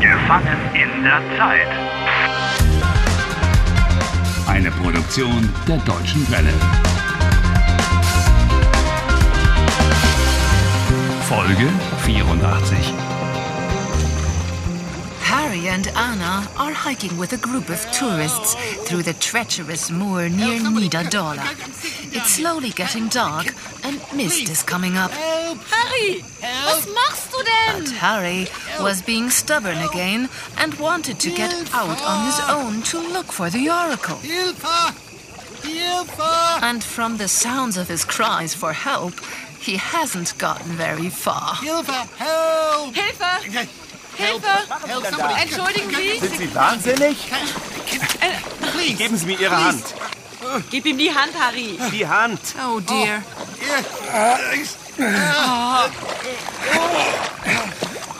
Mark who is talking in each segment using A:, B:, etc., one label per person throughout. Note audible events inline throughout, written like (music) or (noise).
A: Gefangen in der Zeit.
B: Eine Produktion der Deutschen Welle. Folge 84.
C: Harry and Anna are hiking with a group of tourists through the treacherous moor near Nidadala. It's slowly getting dark and mist is coming up.
D: Harry, was machst du denn?
C: But Harry was being stubborn again and wanted to get out on his own to look for the oracle.
E: Hilfe! Hilfe!
C: And from the sounds of his cries for help, he hasn't gotten very far.
E: Hilfe! Help!
D: Hilfe!
E: Help
D: Hilfe!
E: somebody.
D: Entschuldigen Sie.
F: Sie wahnsinnig?
E: Please!
F: Geben Sie mir Ihre Hand.
D: Gib ihm die Hand, Harry.
F: Die Hand.
C: Oh dear.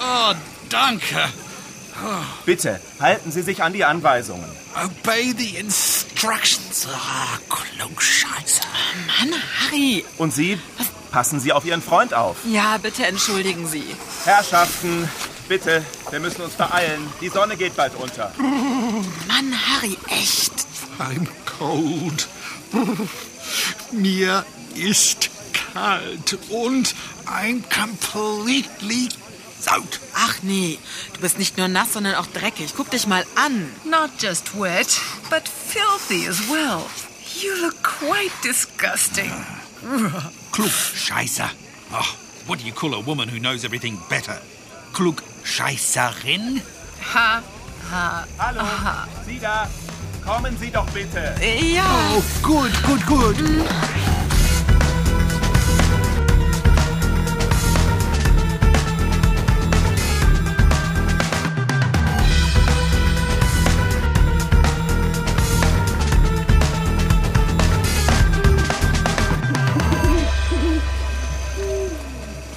A: Oh, danke.
F: Bitte, halten Sie sich an die Anweisungen.
A: Obey the instructions. Ah, Klugscheiße.
D: Mann, Harry.
F: Und Sie, passen Sie auf Ihren Freund auf.
D: Ja, bitte entschuldigen Sie.
F: Herrschaften, bitte, wir müssen uns beeilen. Die Sonne geht bald unter.
D: Mann, Harry, echt.
A: I'm cold. Mir ist kalt und I'm completely out.
D: Ach nee, du bist nicht nur nass, sondern auch dreckig. Guck dich mal an.
C: Not just wet, but filthy as well. You look quite disgusting.
G: Klugscheißer. Oh, what do you call a woman who knows everything better? Klugscheißerin?
C: Ha,
F: Hallo, Sie da, kommen Sie doch bitte.
D: Ja.
A: Oh, gut, gut, gut.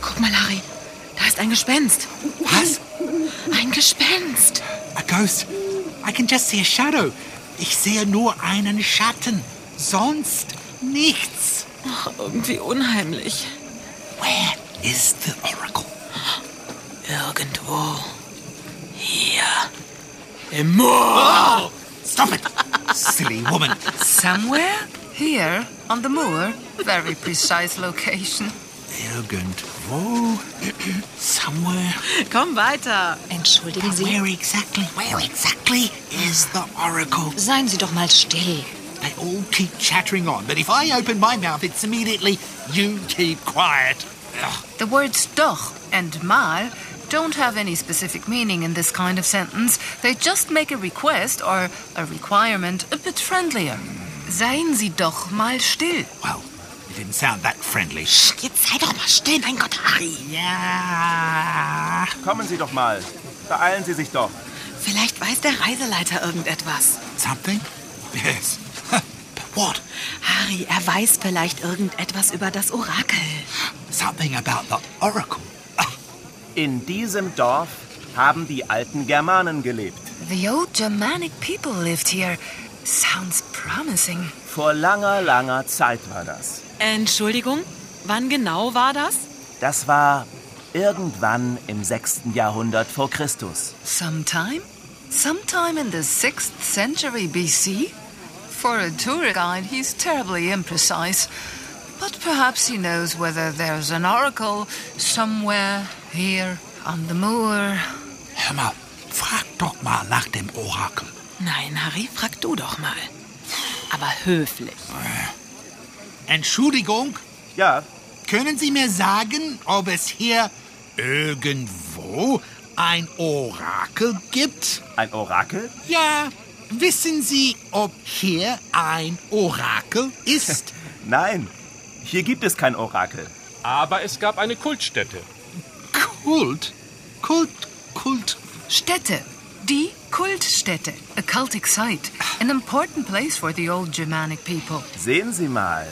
D: Guck mal, Harry. Da ist ein Gespenst.
G: Was?
D: Ein Gespenst.
G: A ghost? I can just see a shadow. Ich sehe nur einen Schatten. Sonst nichts.
D: Ach, irgendwie unheimlich.
G: Where is the oracle?
D: Irgendwo. Hier. Im Moor.
G: Stop it! Silly woman.
C: somewhere? Here, on the moor. Very precise location.
G: Irgendwo. Somewhere.
D: Komm weiter.
H: Entschuldigen Sie,
G: Where exactly? Where exactly is the oracle?
H: seien Sie doch mal still.
G: They all keep chattering on, but if I open my mouth, it's immediately you keep quiet. Ugh.
C: The words doch and mal don't have any specific meaning in this kind of sentence. They just make a request or a requirement a bit friendlier. Seien Sie doch mal still.
G: Well, it didn't sound that friendly.
H: Jetzt sei doch mal still, mein Gott, Harry.
G: Yeah.
F: Kommen Sie doch mal. Beeilen Sie sich doch.
D: Vielleicht weiß der Reiseleiter irgendetwas.
G: Something? Yes. (laughs) but what?
D: Harry, er weiß vielleicht irgendetwas über das Orakel.
G: Something about the oracle. Ah,
F: In diesem Dorf haben die alten Germanen gelebt.
C: The old Germanic people lived here. Sounds promising.
F: Vor langer, langer Zeit war das.
D: Entschuldigung, wann genau war das?
F: Das war irgendwann im 6. Jahrhundert vor Christus.
C: Sometime? Sometime in the 6th century BC? For a tour guide, he's terribly imprecise. But perhaps he knows whether there's an oracle somewhere here on the moor.
G: Hör mal, frag doch mal nach dem Orakel.
D: Nein, Harry, frag du doch mal. Aber höflich.
G: Entschuldigung,
F: Ja,
G: können Sie mir sagen, ob es hier irgendwo ein Orakel gibt?
F: ein Orakel?
G: Ja, wissen Sie, ob hier ein Orakel ist?
F: Nein, hier gibt es kein Orakel.
I: Aber es gab eine Kultstätte.
G: (laughs) Kult? Kult, Kult.
C: Stätte. Die Kultstätte. A cultic site. An important place for the old Germanic people.
F: Sehen Sie mal.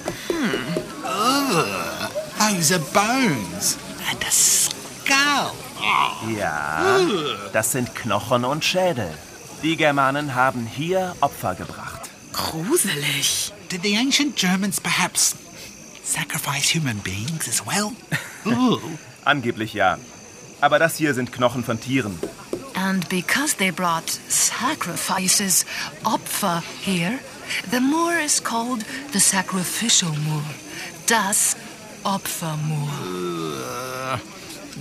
G: Ugh, those are bones and a skull.
F: Ja, das sind Knochen und Schädel. Die Germanen haben hier Opfer gebracht.
D: Gruselig.
G: Did the ancient Germans perhaps sacrifice human beings (laughs) as well? Ooh.
F: Angeblich ja. Aber das hier sind Knochen von Tieren.
C: And because they brought sacrifices, Opfer, here, the moor is called the sacrificial moor. Das Opfermoor.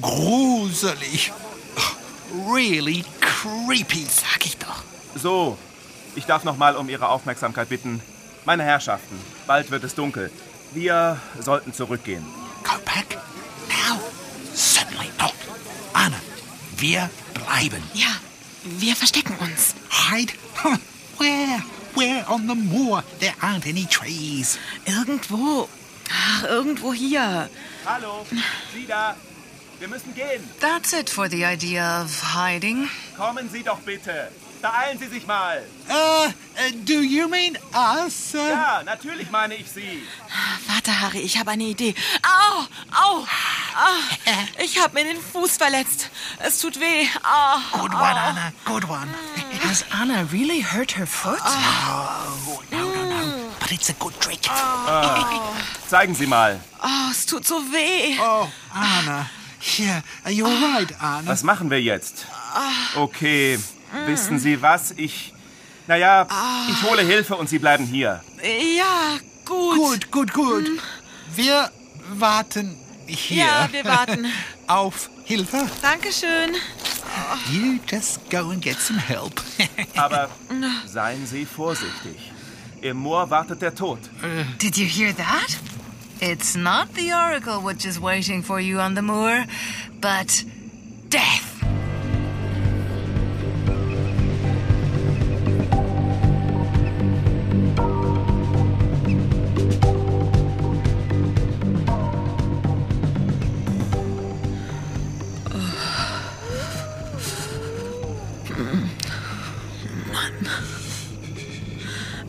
A: Gruselig. Really creepy.
D: Sag ich doch.
F: So, ich darf nochmal um Ihre Aufmerksamkeit bitten. Meine Herrschaften, bald wird es dunkel. Wir sollten zurückgehen.
A: Go back now. Certainly not. Anna, wir bleiben.
D: Ja, wir verstecken uns.
G: Hide? Where? Where on the moor? There aren't any trees.
D: Irgendwo. Ach, irgendwo hier.
F: Hallo, Sie da. Wir müssen gehen.
C: That's it for the idea of hiding.
F: Kommen Sie doch bitte. Beeilen Sie sich mal.
G: Uh, uh, do you mean us? Uh,
F: Ja, natürlich meine ich Sie.
D: Warte, Harry, ich habe eine Idee. Au, au. (laughs) Ah, ich habe mir den Fuß verletzt. Es tut weh. Ah,
G: Good one, Anna. Good one. (laughs)
C: Has Anna really hurt her foot?
G: No, no, no. But it's a good trick.
F: Zeigen Sie mal.
D: oh, es tut so weh.
G: Oh, Anna. Here, you're right, Anna.
F: Was machen wir jetzt? Okay, wissen Sie was? Ich. Naja, ich hole Hilfe und Sie bleiben hier.
D: Ja, gut.
G: Gut, gut, gut. Wir warten hier.
D: Hmm? Ja, wir warten.
G: (laughs) Auf Hilfe.
D: Dankeschön.
G: You just go and get some help. (laughs)
F: Aber seien Sie vorsichtig. Im Moor wartet der Tod.
C: Did you hear that? It's not the oracle which is waiting for you on the moor, but death.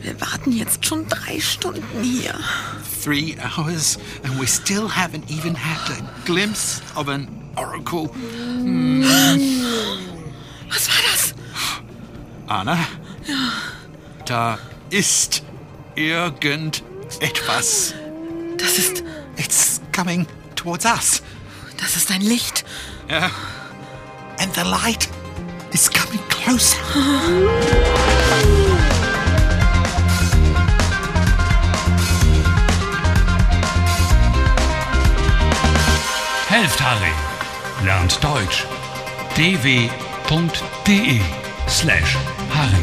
D: Wir warten jetzt schon drei Stunden hier.
G: Three hours, and we still haven't even had a glimpse of an oracle.
D: Was war das?
G: Anna? Da ist irgendetwas.
D: Das ist.
G: It's coming towards us.
D: Das ist ein Licht.
G: And the light is coming closer.
B: Helft Harry. Lernt Deutsch. E dw.de slash Harry.